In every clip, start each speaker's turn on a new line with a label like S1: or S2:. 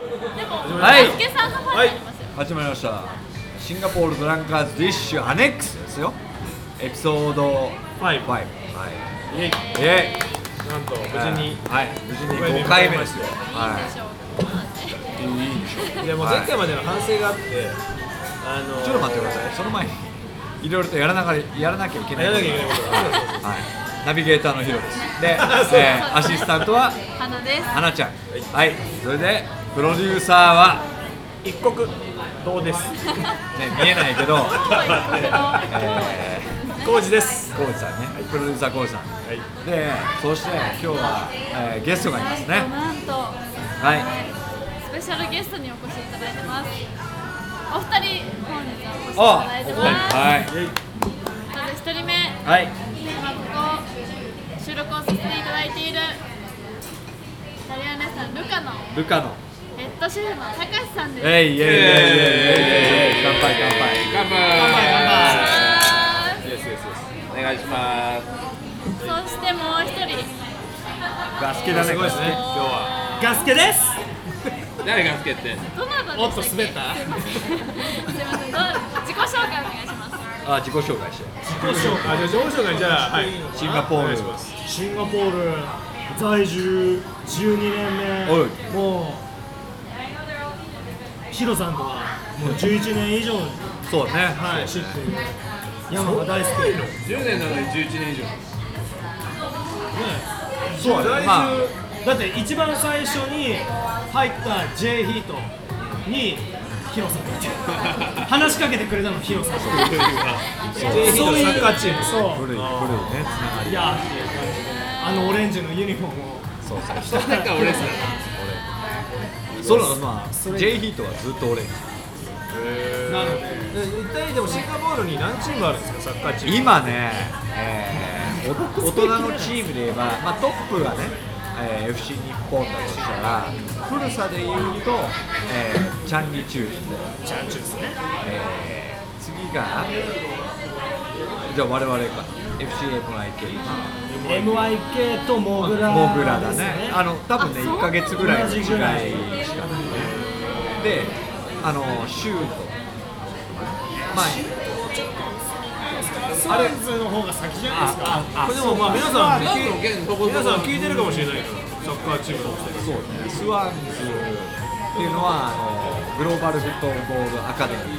S1: はい
S2: バスケさんのファンになりますよ、
S1: 始まりましたシンガポールドランカーズディッシュアネックスですよエピソード
S3: はい、
S1: 5はい
S3: イエ
S1: イ
S3: イ
S1: エイ
S3: なんと無事に、
S1: はい無事に
S3: 五回目
S1: 5回目ですよ
S2: い、い
S1: はい
S2: でしょう
S1: いいでしょ
S3: いやもう
S1: はい
S3: 前回までの反省があって、あのー、
S1: ちょっと待ってくださいその前にいろいろとやらながやらなきゃいけない
S3: やらなきゃいけないことがある
S1: はいナビゲーターのヒロですで、え
S3: そう
S1: ーアシスタントは
S2: 花です
S1: 花ちゃんはいそれでプロデューサーは
S3: 一国どうです
S1: ね見えないけ どえ
S3: 工事です
S1: ーコウジさんねプロデューサーコウジさん
S3: はい
S1: でそして今日は、えーゲストがいますね
S2: なんと
S1: はい
S2: スペシャルゲストにお越しいただいてますお二人本日はお越しい
S1: お
S2: ただいてます
S1: は
S3: イエイ
S2: まず一人目
S1: いはい
S2: 今ここ収録をさせていただいているイタリアネさんルカの
S1: ルカの
S2: ヘッドシェフのたかしさんです
S1: えいえいえいえいえいえい乾杯乾
S4: 乾杯
S2: は
S3: イエスイエスイエ
S4: お願いしま
S2: ー
S4: す
S2: いそしてもう一人
S1: 杯ガスケだね
S3: すごいですね
S1: ガスケ
S3: 今日は
S5: ガスケです
S4: 誰が好きって
S2: どなたでしたっけ
S3: おっと滑った
S2: すいませんすいませんどう自己紹介お願いします
S1: あ自己紹介して
S3: 自己紹介あじゃあ自己紹介じゃあはい
S1: シンガポ
S3: お
S1: ー
S3: 願い
S1: ル
S3: します
S5: シンガポール在住12年目
S1: おい
S5: もうヒロさんとはもう11年以上
S1: そうね
S5: はい知っている山が大好きね
S4: 10年なのに11年以上
S1: そうだ
S3: 在
S1: ね
S3: 住、
S1: まあ
S5: だって一番最初に入った J ヒートにヒロさんがいて話しかけてくれたのヒロさん
S3: ジェイヒートサッカーチーム
S5: そう
S1: 古い古いね
S5: いやーっていう感じであのオレンジのユニフォームを
S1: そうそう
S4: そんなか俺さ
S1: そうなのまあ J ヒートはずっとオレンジ
S3: なので一体でもシンガポールに何チームあるんですかサッカーチーム
S1: 今ね、えーお大人のチームで言えば、まあ、トップがね、えー FC 日本だとしたら古さで言うと、えーチャンリチューズ
S3: チャンチューですね
S1: えー次がじゃあ我々か FC エコナイケイ
S5: MYK とモグラ
S1: モグラだ
S5: です
S1: ねあの多分ね1ヶ月ぐらいの違いしかないねであのシュートま
S5: あれズの方が先じゃないですか。
S3: これでもまあ皆さん
S4: 何の件どこど
S3: 皆
S4: こ
S3: さん聞いてるかもしれないからサッカーチームの人
S1: あそうねスワンズっていうのはあのグローバルフットボールアカデミー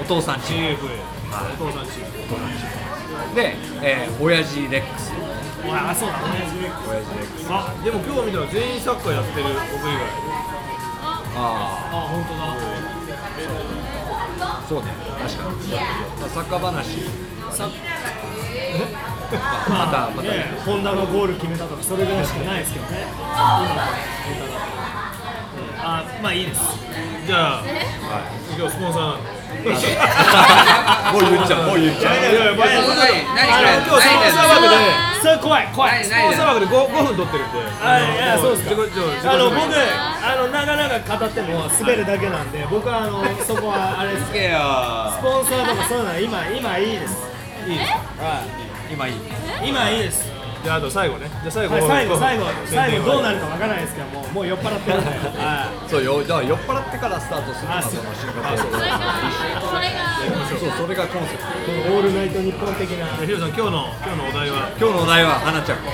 S1: お父さんチーム
S3: GFA お父さんチーム
S1: で、えー、親父レックス
S5: あ、そうだね。
S1: 親父レックス
S3: あでも今日見たら全員サッカーやってる僕以外
S1: あ
S5: あ、本当
S1: あそうね確かに、まあ、サッカー話
S5: だ。
S1: またまた
S5: ね、ホンダのゴール決めたとかそれぐらいしかないですけどね。今ホンダだと。あ、まあいいです。
S3: じゃあ、今日スポンサーなんで
S1: もう言っちゃうもう言っちゃう
S3: いやい
S4: 何
S3: やいや
S4: 何
S3: あの今日スポンサー枠で
S5: それ怖い怖い。
S4: 何
S3: スポンサー
S4: 何
S3: 枠で 5, 5分取ってるんで
S5: あいやそうですか
S3: 自己自己自己
S5: あの僕あの長々語っても滑るだけなんで、僕は あのそこはあれですけど。
S4: けよ
S5: スポンサーとかそういうのは今今いいです。
S3: いいです
S1: 今いい
S5: 今いいです。
S3: じゃああと最後ねじゃあ最後、
S5: はい、最後
S3: 5分
S5: 最後最後どうな
S3: る
S5: るかわからないですけどもうもう酔っ払ってるんで、はい、
S1: そうよだから酔っ払ってからスタートするのが
S5: あ
S1: そ
S5: そう
S1: のシンガポール
S2: それがそれが
S1: そうそれがコンセプト
S5: このオールナイト日本的な
S3: ヒロさん今日の今日のお題は
S1: 今日のお題は花ちゃん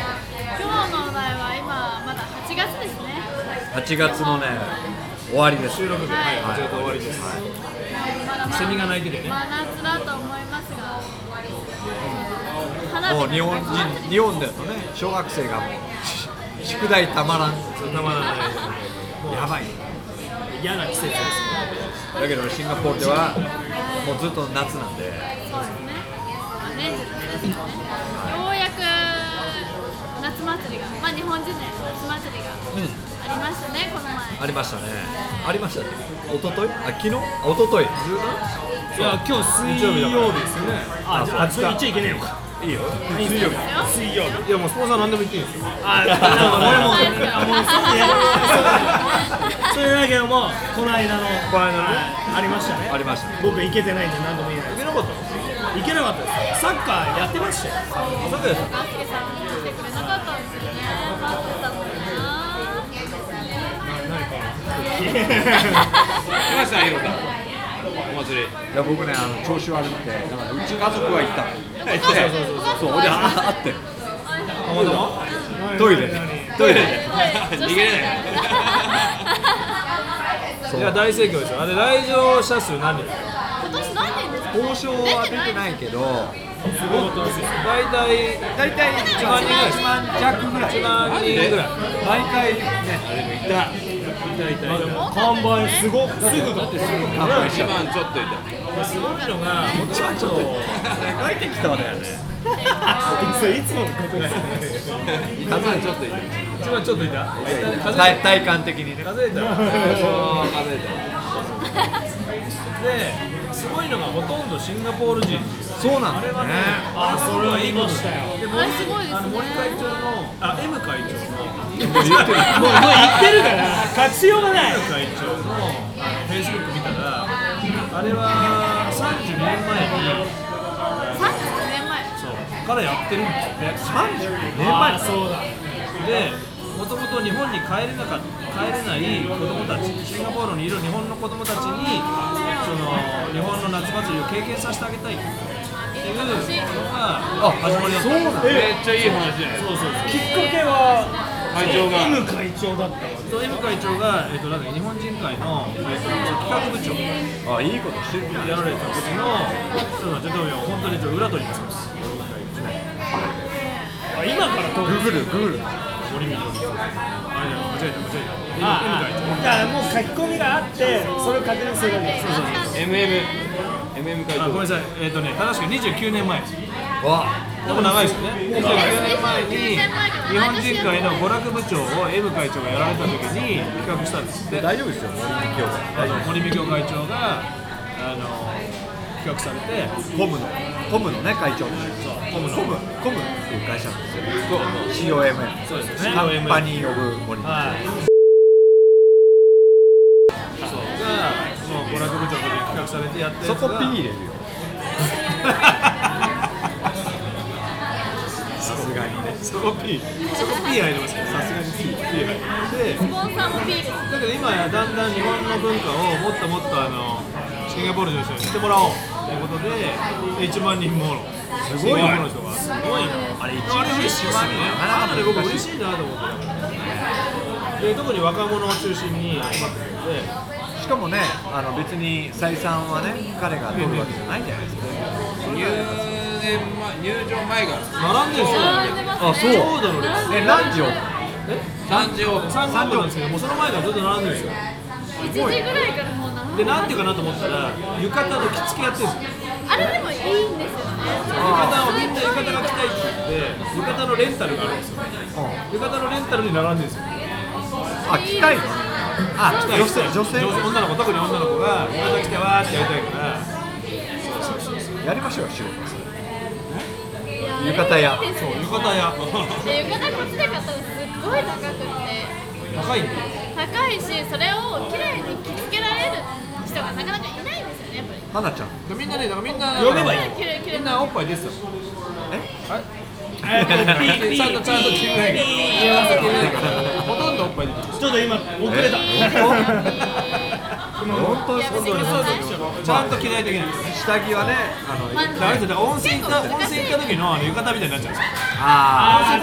S2: 今日のお題は今まだ8月ですね
S1: 8月のね終わりです
S3: 収録日
S2: は
S3: はいい8月終わりです、
S2: まだまだ
S3: セミが鳴いててね
S2: 真夏だと思いますが花火
S1: もう日本人日本だとね小学生がもう宿題たまらん
S3: そんなまだない
S1: やばい
S5: 嫌な季節です
S1: だけどシンガポールではもうずっと夏なんで
S2: そうですねまあ連日ですよねようやく夏祭りがまあ日本人の夏祭りが
S1: うん
S2: ありましたねこの前
S1: ありましたねありましたね一昨日あ昨日あ一昨日
S5: いや今日水曜日ですよねあじゃあそれ言っちゃいけねえのか
S1: いいよ
S5: 水曜日
S2: 水曜日
S3: いやもうスポンサー何でも言っていいんですよ
S5: あなるほど俺ももうそうや それだけどもこの間の
S3: この間のね
S5: はいありましたね
S1: ありましたね
S5: 僕行けてないんで何度も言えない
S3: いけなかったの
S5: 行けなかったですサッカーやってましたよ
S3: まさかですよ
S2: バスケさん来てくれなかったんですよね待ってたのにな
S5: 何か
S4: 来ましたヒロさんお祭り
S1: いや僕ねあの調子悪くてだからうち家族は行ったの行ってそうそうでああって
S5: たまたま
S1: トイレ
S5: 何
S1: トイレ
S4: で逃げれない
S1: そう
S3: いや大盛況でしょあれ来場者数何人
S2: 今年何年ですか
S1: 交渉は出てないけど
S5: すごいことですよ
S3: 大体
S1: 大体1万人ぐらい1万弱ぐらい
S3: 1万人ぐらい
S1: 毎回ね
S5: まあでも看板すごすぐだってすぐ
S1: 乾杯しち
S4: 一
S1: ゃう
S4: 番ちょっといた
S5: すごいのが
S1: 一番ちょっと帰ってきたわだよね
S5: それいつものことだよね
S4: 一番ちょっといた
S3: 一番ちょっといた数え
S1: 体体感的にね
S3: 数えたら
S4: その数えた
S3: ですごいのがほとんどシンガポール人
S1: そうなんだよね
S5: あそれは言いましたよ
S3: で
S2: あれすごいですね
S3: あの森会長のあ M 会長の
S1: もう言ってる
S5: もうもう言ってる から勝ちようがない
S3: 会長のフェイスブック見たらあれは32年前に
S2: 32年前
S3: そうからやってるんですよね32年前
S5: あそうだ
S3: でもともと日本に帰れなかっ帰れない子供たちシンガポールにいる日本の子供たちにその日本の夏祭りを経験させてあげたいっていうのが始まりだったそうなん
S4: めっちゃいい話じゃないですか
S3: そうそう
S5: きっかけは
S4: 会長が
S5: M 会長だったわ
S3: そう M 会長が、えっとなんだっけ日本人会の、えっと企画部長
S1: あいいことしてる
S3: やられた時のそうなんですちょっと本当にちょっと裏取ります
S5: あ今から撮る
S1: グーグルグーグル
S3: 森見あれだよ間違えた間違えた
S5: だから
S3: M 会長
S5: もう書き込みがあってそれを確認するだけです
S4: MM MM 会
S3: あご
S4: 長
S3: めんなさい、えっ、とね、正しく29年前です。
S1: わ
S3: でも長いですよね。29年前に日本人会の娯楽部長を M 会長がやられた時に企画したんですって。
S1: 大丈夫ですよ森美京
S3: あの森美京会長があの企画されて、
S1: コムのコムのね会長そうコムコムコムっていう会社なんですよ COMM
S3: そうですね。
S1: カンパニー・オブ・森美京
S3: はい。そうがもう娯楽部長の時に企画されてやって
S1: そこピー入れ
S3: ー。
S1: るよさすがにね
S3: そこピー。そこピー入りますけど、さすがにピー。ピー入る
S2: ス
S3: で。
S2: ポンサーもビール
S3: だけど今やだんだん日本の文化をもっともっとあのシンガポールの人に知ってもらおうということで1万人ものす
S1: ごい
S3: シンガポールの人がすごいなあれあれ嬉しいですよねあれ僕嬉しいなと思ってで特に若者を中心に集まってるので
S1: しかもねあの別に採算はね彼が取るわけじゃないじゃないですか
S4: 入園前入場前が
S3: 並んでる人がい
S2: 並んで
S3: る
S2: ます
S1: あ
S2: ね
S1: そう
S3: 長蛇の列
S1: え何時を
S4: 3時オープン
S3: 3時オープンなんですけどもうその前からずっと並んでるんですよ
S2: 1時ぐらいからもう並ん
S3: で
S2: で
S3: なんていうかなと思ったら浴衣の着付けやってるんですよ
S2: あれでもいいんですよね
S3: 浴衣をみんな浴衣が着たいって言って浴衣のレンタルがあるんですよ浴衣のレンタルに並んでるんですよ
S1: あ来たいのあ女性女性
S3: 女の子特に女の子が浴衣着てわーってやりたいから
S1: やりましょうよ仕事浴衣屋
S3: そう浴衣屋
S2: で浴衣こっちで買ったらすっごい高くって
S3: 高いんだよ
S2: 高いしそれを綺麗に着付けられる人がなかなかいないんですよねやっぱり
S1: 花ちゃん
S4: みんなねだからみんな
S3: 呼べばいい
S2: 綺麗綺
S3: み
S2: 麗
S3: ん
S2: な
S3: なおっぱい出てたもん
S5: ち
S4: ちゃんとちゃんと着ない
S3: ほとんどおっぱい出てた
S5: ょっと今遅れた
S1: 本当に
S2: 不思議
S3: ちゃんと着ないといけないんです
S1: 下着はねあの
S2: まあ
S3: だからあれですよだから温泉行った
S2: 結構
S3: 温
S2: 難しい
S3: 泉行った時のあの浴衣みたいになっちゃうんですよ
S1: あ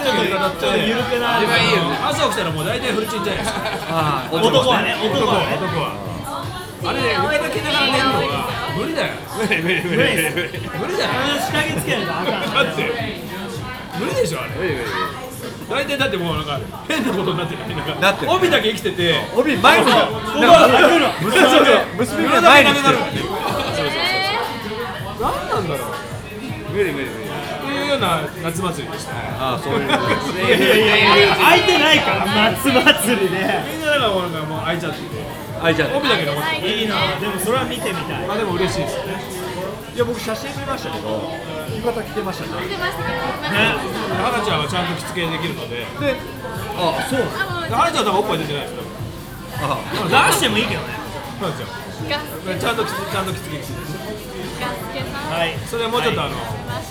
S5: あーちょっとちょっと緩くなる
S4: 一番いいよね
S3: 朝起きたらもう大体フルチンじゃないですか
S1: あー
S5: 男はね男はね
S3: 男はあれね浴衣着ながら寝るのは無理だよ
S4: 無理無理無理無理無理無理
S3: 無理だよ
S5: 下着つけないとあかん
S3: だって無理でしょあれ
S4: 無理
S3: 大体だってもうなんか変なことになってないなんか
S1: なってる
S3: 帯だけ生きてて
S1: 帯前に
S3: ここは開く
S1: 結び
S3: の
S1: 目結び目前に来てる
S2: え
S3: 何なんだろう
S4: 無理無理
S3: というような夏祭りでした
S1: あーそういうことですね
S5: いやいやいやいや開いてないから夏祭りで
S3: みんながもうなんかもう開いちゃってて
S1: あいじゃあ
S3: 帯だけ残って
S5: い
S2: ー
S5: いなでもそれは見てみたい
S3: まあでも嬉しいですね
S1: いや僕写真見ましたけど浴衣着てましたね
S2: 見てましたけど
S3: ね花ちゃんはちゃんと着付けできるの
S1: で
S3: で
S1: あそうなんだ
S2: あもう
S3: 花ちゃんは多分おっぱい出てないですよ
S5: 出
S1: あ
S5: してもいいけどね
S3: そうなんですよ
S2: ガス
S3: ちゃんと着付けちゃんと着付け着てる
S2: ガスケさん
S5: はい
S3: それはもうちょっとあの、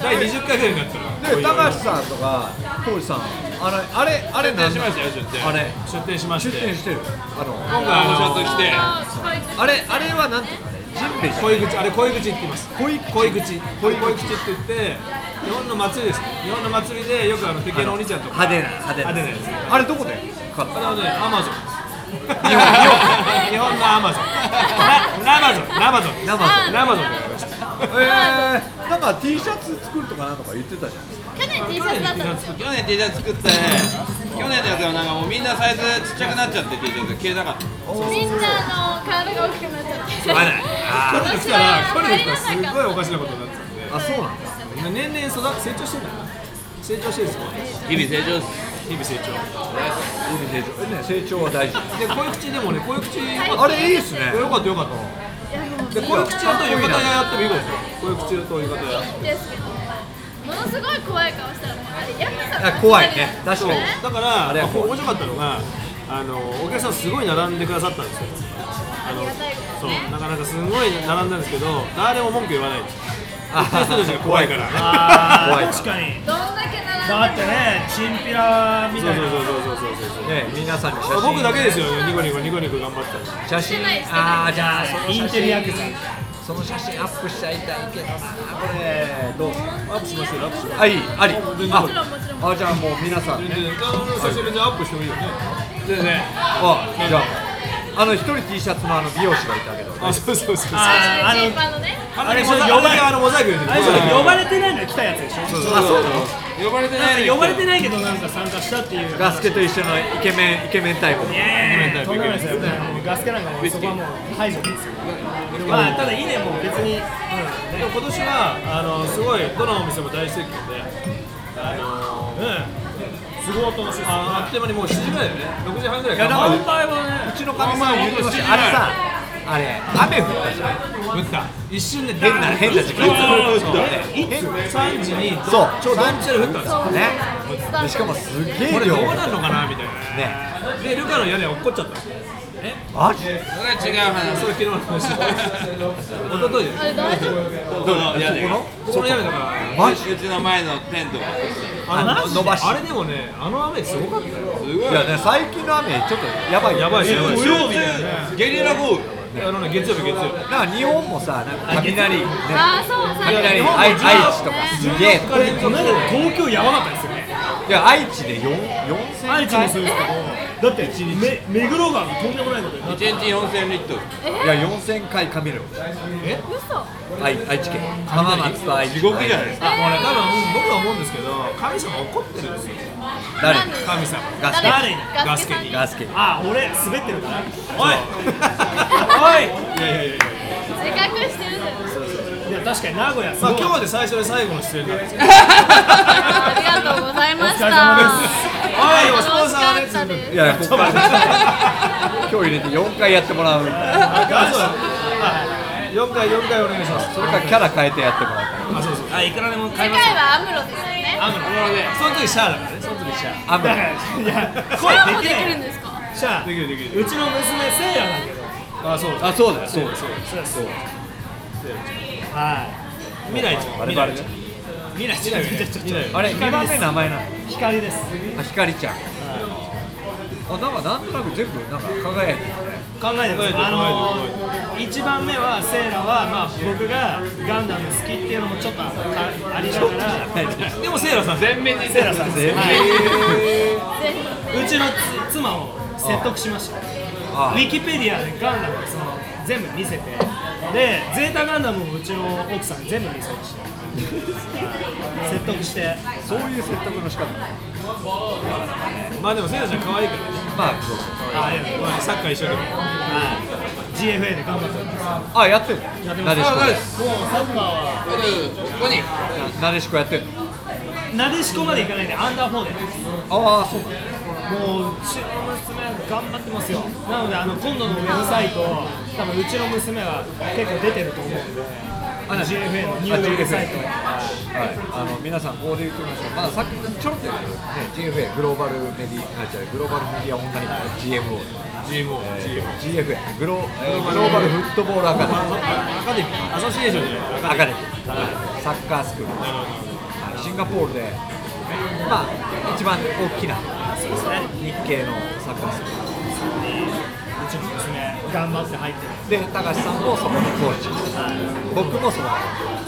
S3: 第20回ぐらいになったら
S1: で高橋さんとか浩司さんあれあれあれ
S4: 出
S1: 何
S4: し
S1: な
S4: ま
S1: の
S4: したよ出店
S1: あれ
S3: 出店しまし
S1: 出
S3: て
S1: 店してるあの
S4: 今回もちょっと来て
S1: あれあれはなんていうのあれジンベエじゃない
S3: 恋口あれ恋口って言います
S1: 恋
S3: 恋口恋口って言って日本の祭りです日本の祭りでよくあの敵のお兄ちゃんとか
S1: 派手な派手な
S3: 派手なやつ
S1: あれどこで買った
S3: これ
S1: の
S3: はねアマゾンです
S1: 日本
S3: 日本のアマゾンラマゾンラマゾン
S1: ナマゾン
S3: ラマゾンで買いました
S1: えー、なんか T シャツ作るとかなんとか言ってたじゃん
S2: 去年 T シャツだったの
S4: 去年 T シャツ作って去年のやつはなんかもうみんなサイズちっちゃくなっちゃって T シャツ消えなかった
S2: みんなあの体が大きくなっちゃって
S1: しょうがない
S3: これできたらこれできたらす
S2: 入れな
S3: ご
S2: か
S3: い
S2: っ
S3: おかしなことになってたんで
S1: あそうなんだ
S3: 年々育って成長してるんだよ成長してるんですよ
S4: 日々成長っす
S3: 日々成長
S1: 海成長ね成長は大事
S3: で恋口でもね恋口よ
S1: あれいいっすね
S3: かったよかった
S2: たいやもう
S3: で、こういう口と浴衣やってもいいことですよ。こういう口と浴衣や。
S2: ですけどものすごい怖い顔したらあれヤクザ
S1: あ怖いね確かに
S3: だから、
S1: あれは
S3: こう面白かったのが、あの、お客さんすごい並んでくださったんですよ。あの
S2: りがたいこと
S3: そう
S2: ね、
S3: なかなかすごい並んだんですけど、誰も文句言わないです。
S1: あ
S3: そうですね怖いから
S5: あ
S1: 怖い
S5: ー確かに
S2: どんだけ並
S5: だ
S2: ん
S5: っ
S2: で
S5: てねチンピラみ
S3: そう
S5: た
S3: そう
S5: いな
S3: そうそうそうそうそう。
S1: ね皆さんに写
S3: まあ
S1: 真
S3: 僕だけですよ、ニコニコニコニコ頑張ってたの
S1: 写
S2: して
S1: 真
S2: ないしてな
S1: ああ
S2: い
S1: じゃあその
S5: イン
S1: 写
S5: テリア
S1: 真
S5: クザ
S1: その写真アップしちゃいたいけどなこれどう
S3: アップしますよ、アップします
S1: あいいあり
S2: もちろんもちろ
S1: ああ
S2: ん
S1: じゃあもう皆さん
S3: 全
S1: ね
S3: 然、あの、最初別にアップしてもいいよね。
S4: でね
S1: あじゃああの一人 T シャツのあの美容師がいたけど
S3: あ、そうそうそう。あ
S5: あーあの
S2: チーパーのね
S3: あれ、呼ばれ、あの、モザイクで。
S5: あれそれ呼ばれてないのに来たやつでしょ
S1: あそうなの
S4: 呼ばれて
S5: なん
S4: ない
S5: か呼ばれてないけどなんか参加したっていう
S1: ガスケと一緒のイケメンイケメンタイプの
S5: えーとんでもないですよもうガスケなんかもうそこはもう排除ですよまあただいいねもう別に、うん
S3: でも今年はあのすごいどのお店も大盛況で、あの
S5: すごい音のする
S3: ああっという間にもう7時ぐらいだよね、6時半ぐらい
S1: いやだから
S3: 乾杯もね、
S1: うちのかみさん言ってましたあれさあれ雨降ったじゃん
S3: ぶった、一瞬で
S1: 変な変な時間
S3: 3時に
S1: そう
S3: ちょうど3時で降ったんですよ、
S1: ねでしかもすげ
S3: こ
S1: え
S3: れど
S1: 量
S3: うなるのかなみたいな、
S1: ね
S3: で、ルカの屋根落っこっちゃったんですよ、
S1: あ
S4: それは違う話
S3: それ昨日の話、 一昨日じゃ
S2: あ
S3: ない
S2: れ大丈夫
S4: どう屋根が
S3: そこの屋根だから、
S1: マ
S4: う
S1: ジ
S4: ちうちの前のテントが
S3: あの
S1: あ伸ばし
S3: あれでもね、あの雨すごかったよ、
S4: すご
S1: いやね最近の雨ちょっとやばい
S3: やばいですよ、やばいですよ
S4: いゲリラ豪雨
S3: あのね、月曜日、月曜日。
S1: なんか日本もさなんか雷ね
S2: あーそう最近
S1: 雷
S2: ね
S1: 愛愛知とかすげえ
S3: 14日連続
S5: なんか東京やばかったですよね
S1: いや愛知で四四千
S5: 愛知もそうですけどだってめ目黒川のとんでもないことになって
S4: 1日4000リットル
S1: いや四千回雷
S2: 嘘
S1: 愛愛知県浜松と愛知
S4: 地獄じゃないです
S3: あこれ多分僕は思うんですけど神様怒ってるんですよ
S1: 誰
S2: なんで
S3: 神様
S1: ガスケ
S5: 誰
S2: ガスケさんに
S1: ガスケ
S5: あ俺滑ってるから
S3: おいおいいやいやいや
S2: 自覚してるんだよ
S5: いや確かに名古屋す
S3: ま
S5: ご
S3: あ
S5: い、
S3: 今日で最初で最後の出演なんですけど
S2: ありがとうございました
S5: お疲れ様
S3: はいおスポンサー
S2: 楽しかったです
S1: いやここから今日入れて四回やってもらうそ
S3: 4回4回お願いします
S1: れからキャラ変えてやってもらう
S3: あそうそう
S4: あいくらでも
S2: 次回はアムロですよね
S5: あの
S3: その時シャアだからねその時シャア
S1: 雨
S5: だからいや
S2: これも
S5: 声
S2: で
S5: で
S2: き
S5: き
S2: る
S5: なんい
S2: ですか
S5: じゃあ
S3: できるできる
S5: うちの娘せいやなんだけど
S3: あそう
S1: あそうだよそうだよ
S5: そうそうは
S3: 未来ちゃん
S1: バレ
S3: 未
S1: バレね
S3: 来ちゃん
S5: い未来ちょっとちょっと
S3: 未来
S1: あれ二番目名前なの
S5: 光です
S1: あひかりちゃんあなんかなんとなく全部なんか輝いてる
S5: 考えてくださいあのー、一番目はセイラはまあ僕がガンダム好きっていうのもちょっとあありながら
S3: でもセイラさん全面に
S5: セイラさんです、は
S2: ぜひ
S5: い、うちのつ妻を説得しましたウ
S1: あ
S5: ィキペディアでガンダムをその全部見せてでゼータガンダムもうちの奥さんに全部見せましたはい説得して
S1: そういう説得の仕方
S3: まあでもセイラちゃん可愛いからね
S1: まあそうそう
S5: あありがとうございます、
S3: サッカー一生懸命
S5: はい、GFA で頑張っております
S1: あやってる
S5: やって
S1: な
S5: ます
S1: でしこ
S4: そうです
S5: もうサッカーは
S4: ここに
S1: なでしこやってるの
S5: なでしこまでいかないでアンダー4で
S1: ああそうなんだ
S5: もううちの娘は頑張ってますよなのであの今度のウェブサイト多分うちの娘は結構出てると思うんで
S1: あ
S5: JFA の入
S1: あ
S5: 力
S1: JFA
S5: サイト
S1: はい、あの皆さんここで言ってみましょうまださっきちょろっと言ったけどね GFA グローバルメディあ違うグローバルメディアオンライン GMO GMO、えー GFA グロ,、えーグローバルフットボールアカデミ
S3: アカデミーアソシエーションじゃない
S1: ーアカデミーはいサッカースクールはいシンガポールでまあ一番大きな
S5: そうですね
S1: 日系のサッカースクール
S5: うちの娘頑張って入ってる
S1: で高橋さんもそこのコーチ僕もその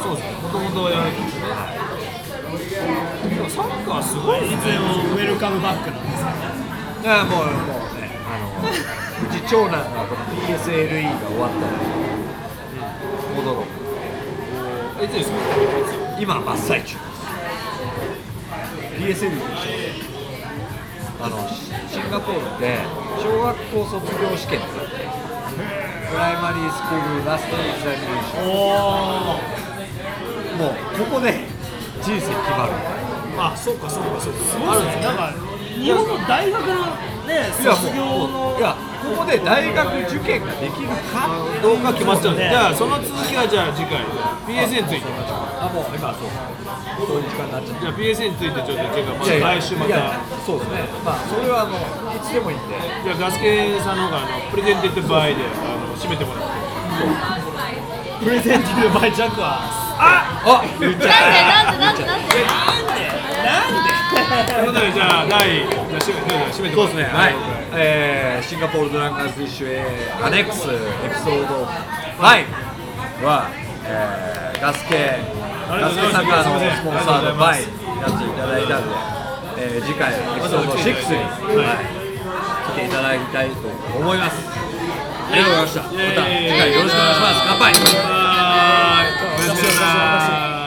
S1: そうですね
S3: もともとはやられてますねでもサッカーすごい
S5: いつでもウェルカムバックなんですよ
S1: ああもうもうねあ のうち長男がこの PSLE が終わったら戻ろう
S3: いつですか
S1: 今真っ最中 PSLE でしょあのシシンガポールで小学校卒業試験ってあってプライマリースクールラストエクザミネーション
S5: おお
S1: もうここで人生決まる
S5: あそうかそうかそうかすごいですねなんか日本の大学のね
S1: いや
S5: 卒業
S1: も
S5: の
S1: ういやここで大学受験ができるかどうか決まっちゃうん
S5: ね
S1: で
S3: じゃあその続きはじゃあ次回 PSN について
S1: あもう今そうそういう時間になっちゃっ
S3: じゃあ PSN についてちょっと次
S1: た
S3: 回また来週ま
S1: い
S3: た
S1: やそうですねまあそれはあのいつでもいいんで
S3: じゃあガスケさんの方があのプレゼンテッドバイであの締めてもらって
S5: プレゼンティブバイジャックは
S1: あ言っちゃった
S2: なんでなんでなんで
S3: ということでじゃあ第じゃあ締めじゃあ締めても
S1: そうで
S3: らっ
S1: す
S3: て
S1: ね、はい、えーシンガポールドランガーズディッシュへアネックスエピソード5は、えーガスケ、ガスケサッカーのスポンサーのバイやっていただいたので、えー次回エピソード6に、はい、来ていただきたいと思います。ありがとうございました。また次回よろしくお願いします。乾杯。
S3: はーいおやすみなさい